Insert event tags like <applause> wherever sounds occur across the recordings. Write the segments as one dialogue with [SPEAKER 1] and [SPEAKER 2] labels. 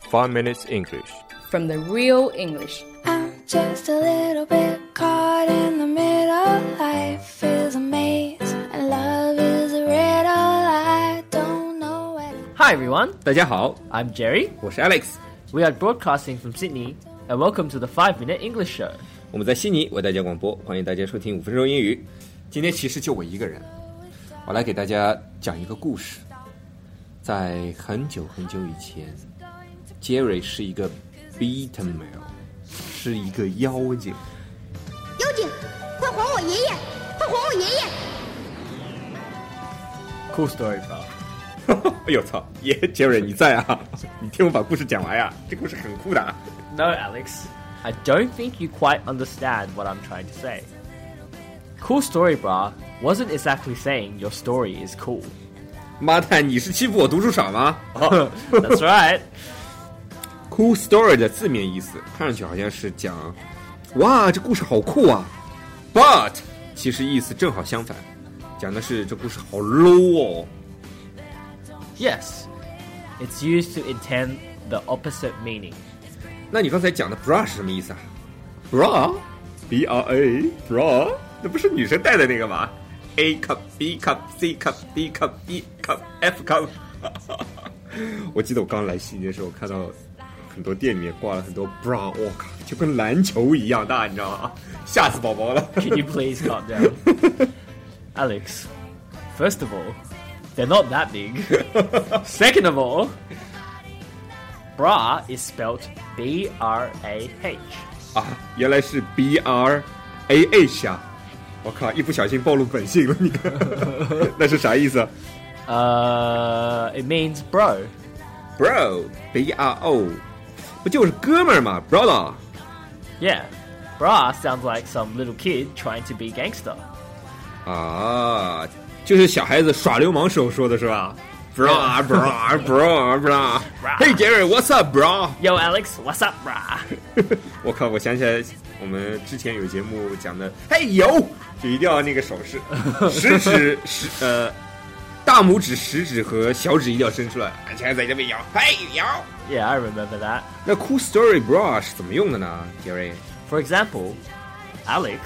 [SPEAKER 1] 5 Minutes English.
[SPEAKER 2] from the real English.
[SPEAKER 3] I'm just a little bit caught in the middle. Life is a maze, and love is a riddle. I don't know where. to-
[SPEAKER 4] Hi everyone,
[SPEAKER 5] 大家好，
[SPEAKER 4] I'm Jerry.
[SPEAKER 5] 我是 Alex，
[SPEAKER 4] We are broadcasting from Sydney, and welcome to the 5 Minute English Show.
[SPEAKER 5] 我们在悉尼为大家广播，欢迎大家收听五分钟英语。今天其实就我一个人，我来给大家讲一个故事。在很久很久以前，Jerry 是一个 beta male，是一个妖精。 <laughs>
[SPEAKER 6] 妖精，快还我爷爷！快还我爷爷！
[SPEAKER 4] Cool story, bro.
[SPEAKER 5] 哎呦操！耶，Jerry 你在啊？你听我把故事讲完啊！这故事很酷的啊。
[SPEAKER 4] No, Alex, I don't think you quite understand what I'm trying to say. Cool story, bro, wasn't exactly saying your story is cool.
[SPEAKER 5] 妈蛋，你是欺负我读书少吗？
[SPEAKER 4] Oh, That's <laughs> right.
[SPEAKER 5] Cool story 的字面意思，看上去好像是讲，哇，这故事好酷啊，But 其实意思正好相反，讲的是这故事好 low 哦。
[SPEAKER 4] Yes, it's used to intend the opposite meaning.
[SPEAKER 5] 那你刚才讲的 bra 是什么意思啊？bra，b r a bra，那不是女生戴的那个吗？A cup B cup C cup D cup E cup F cup 。我记得我刚来悉尼的时候，看到很多店里面挂了很多 bra，我靠，就跟篮球一样大，你知道吗？吓死宝宝了。
[SPEAKER 4] Can you please calm down? Alex, first of all, they're not that big. Second of all, bra is spelt B R A H.
[SPEAKER 5] 啊，原来是 B R A H 啊！我靠，一不小心暴露本性了，你看，那是啥意思啊
[SPEAKER 4] Uh, it means bro.
[SPEAKER 5] ？Bro B R O，不就是哥们儿嘛，brother？
[SPEAKER 4] Yeah, bra sounds like some little kid trying to be gangster.
[SPEAKER 5] 啊，就是小孩子耍流氓时候说的是吧？Bra bra bra bra。Hey Jerry，what's up bro？
[SPEAKER 4] Yo, Alex, what's up, bra?
[SPEAKER 5] <laughs> 我靠，我想起来我们之前有节目讲的，嘿有，就一定要那个手势，食指食呃。大拇指、食指和小指一定要伸出来，而且还在这边摇，嘿摇。
[SPEAKER 4] Yeah, I remember that.
[SPEAKER 5] 那 Cool Story Bra 是怎么用的呢，Jerry？
[SPEAKER 4] For example, Alex,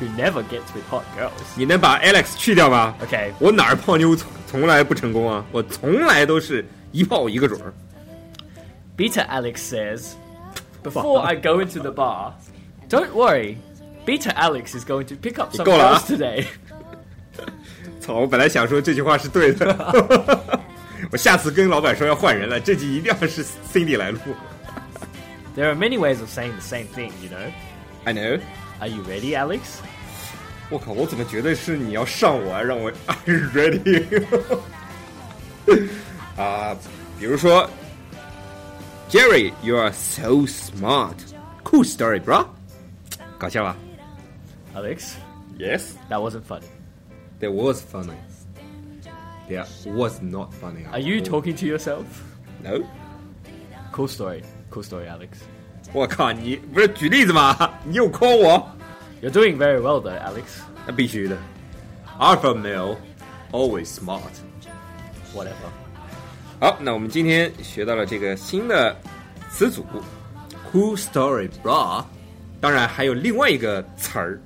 [SPEAKER 4] who never gets with hot girls.
[SPEAKER 5] 你能把 Alex 去掉吗
[SPEAKER 4] OK，
[SPEAKER 5] 我哪儿泡妞从从来不成功啊，我从来都是一泡一个准儿。
[SPEAKER 4] Beta Alex says, Before I go into the bar, don't worry, Beta Alex is going to pick up some
[SPEAKER 5] Go lah.
[SPEAKER 4] girls today. <laughs>
[SPEAKER 5] 操！我本来想说这句话是对的，我下次跟老板说要换人了，这集一定要是 Cindy 来录。
[SPEAKER 4] There are many ways of saying the same thing, you know.
[SPEAKER 5] I know。
[SPEAKER 4] Are you ready, Alex?
[SPEAKER 5] 我靠！我怎么觉得是你要上我，啊，让我 Are you ready？啊，比如说，Jerry，you are so smart，cool story bro，搞笑吧
[SPEAKER 4] Alex,
[SPEAKER 5] ？Yes。
[SPEAKER 4] that wasn't funny.
[SPEAKER 5] There was funny. There was not funny.
[SPEAKER 4] Are you talking to yourself?
[SPEAKER 5] No.
[SPEAKER 4] Cool story. Cool story, Alex.
[SPEAKER 5] 我靠，你不是举例子吗？你又 call 我？
[SPEAKER 4] You're doing very well, though, Alex.
[SPEAKER 5] 那必须的。Alpha male, always smart.
[SPEAKER 4] Whatever.
[SPEAKER 5] 好，那我们今天学到了这个新的词组，cool story bra。当然还有另外一个词儿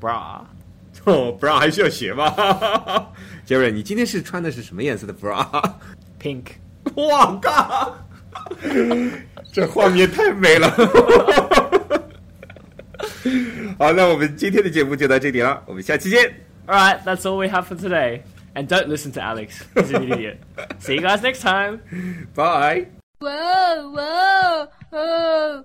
[SPEAKER 4] Bra.
[SPEAKER 5] <laughs> 哦，bra 还需要学吗？ <laughs> 杰瑞，你今天是穿的是什么颜色的 bra？ <laughs>
[SPEAKER 4] Pink.
[SPEAKER 5] 我靠， <laughs> 这画面太美了。 <laughs> 好，那我们今天的节目就到这里了，我们下期见，
[SPEAKER 4] Alright, that's all we have for today. And don't listen to Alex. He's an idiot. See you guys next time.
[SPEAKER 5] 拜。
[SPEAKER 3] Whoa, whoa, oh. whoa.